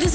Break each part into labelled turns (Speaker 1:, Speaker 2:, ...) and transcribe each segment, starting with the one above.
Speaker 1: This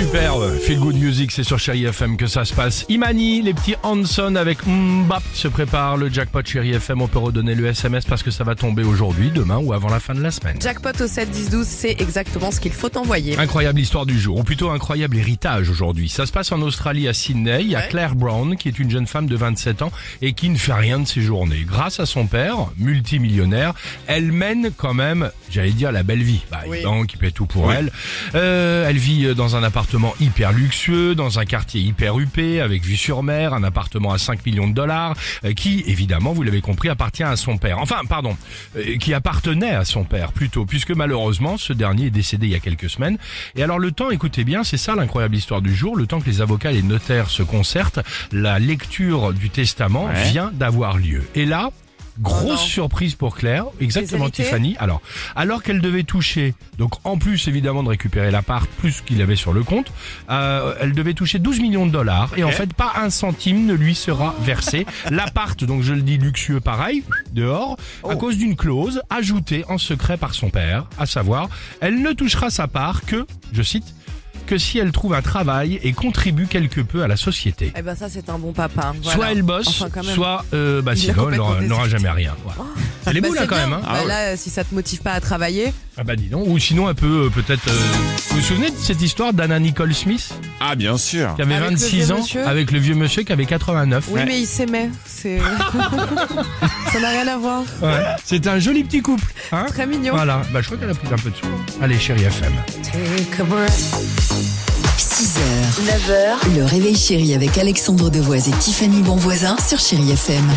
Speaker 2: Superbe, feel good music, c'est sur Chéri FM que ça se passe. Imani, les petits Hanson avec Mbap se prépare. Le jackpot Chéri FM, on peut redonner le SMS parce que ça va tomber aujourd'hui, demain ou avant la fin de la semaine.
Speaker 3: Jackpot au 7 10 12, c'est exactement ce qu'il faut envoyer.
Speaker 2: Incroyable histoire du jour, ou plutôt incroyable héritage aujourd'hui. Ça se passe en Australie, à Sydney. Il y a
Speaker 3: Ouais.
Speaker 2: Claire Brown, qui est une jeune femme de 27 ans et qui ne fait rien de ses journées. Grâce à son père, multimillionnaire, elle mène quand même, j'allais dire, la belle vie. Bah,
Speaker 3: Oui.
Speaker 2: évidemment, qui paie tout pour elle. Euh, elle vit euh, dans un appartement hyper luxueux, dans un quartier hyper huppé, avec vue sur mer, un appartement à 5 millions de dollars, euh, qui, évidemment, vous l'avez compris, appartient à son père. Enfin, pardon, euh, qui appartenait à son père plutôt, puisque malheureusement, ce dernier est décédé il y a quelques semaines. Et alors le temps, écoutez bien, c'est ça l'incroyable histoire du jour, le temps que les avocats et les notaires se concertent, la lecture du testament vient d'avoir lieu. Et là... Grosse
Speaker 3: non.
Speaker 2: surprise pour Claire, exactement
Speaker 3: héritiers
Speaker 2: Tiffany. Alors, alors qu'elle devait toucher, donc en plus évidemment de récupérer l'appart plus ce qu'il avait sur le compte, euh, elle devait toucher 12 millions de dollars et en fait pas un centime ne lui sera versé. l'appart, donc je le dis luxueux pareil, dehors,
Speaker 3: Oh.
Speaker 2: à cause d'une clause ajoutée en secret par son père, à savoir, elle ne touchera sa part que, je cite, que si elle trouve un travail et contribue quelque peu à la société.
Speaker 3: Eh ben ça c'est un bon papa. voilà.
Speaker 2: Soit elle bosse,
Speaker 3: Enfin, quand même.
Speaker 2: soit euh, bah,
Speaker 3: Il l'a
Speaker 2: sinon elle n'aura-
Speaker 3: complètement
Speaker 2: n'aura
Speaker 3: déserté.
Speaker 2: jamais rien. Ouais. Elle est
Speaker 3: Bah,
Speaker 2: beau là
Speaker 3: c'est
Speaker 2: quand
Speaker 3: bien.
Speaker 2: même. hein.
Speaker 3: Bah, Là, euh, si ça te motive pas à travailler,
Speaker 2: Ah bah dis donc, ou sinon elle peut euh, peut-être... euh, Vous vous souvenez de cette histoire d'Anna Nicole Smith
Speaker 4: Ah bien sûr.
Speaker 2: qui avait
Speaker 3: Avec le
Speaker 2: 26
Speaker 3: vieux
Speaker 2: ans
Speaker 3: monsieur
Speaker 2: avec le vieux monsieur qui avait 89
Speaker 3: oui mais il s'aimait. C'est... ça n'a rien à voir.
Speaker 2: Ouais. C'était un joli petit couple. hein.
Speaker 3: Très mignon.
Speaker 2: Voilà, bah, je crois qu'elle a pris un peu de sous. Allez chérie FM.
Speaker 5: 6h, 9h, le réveil chéri avec Alexandre Devoise et Tiffany Bonvoisin sur Chérie FM.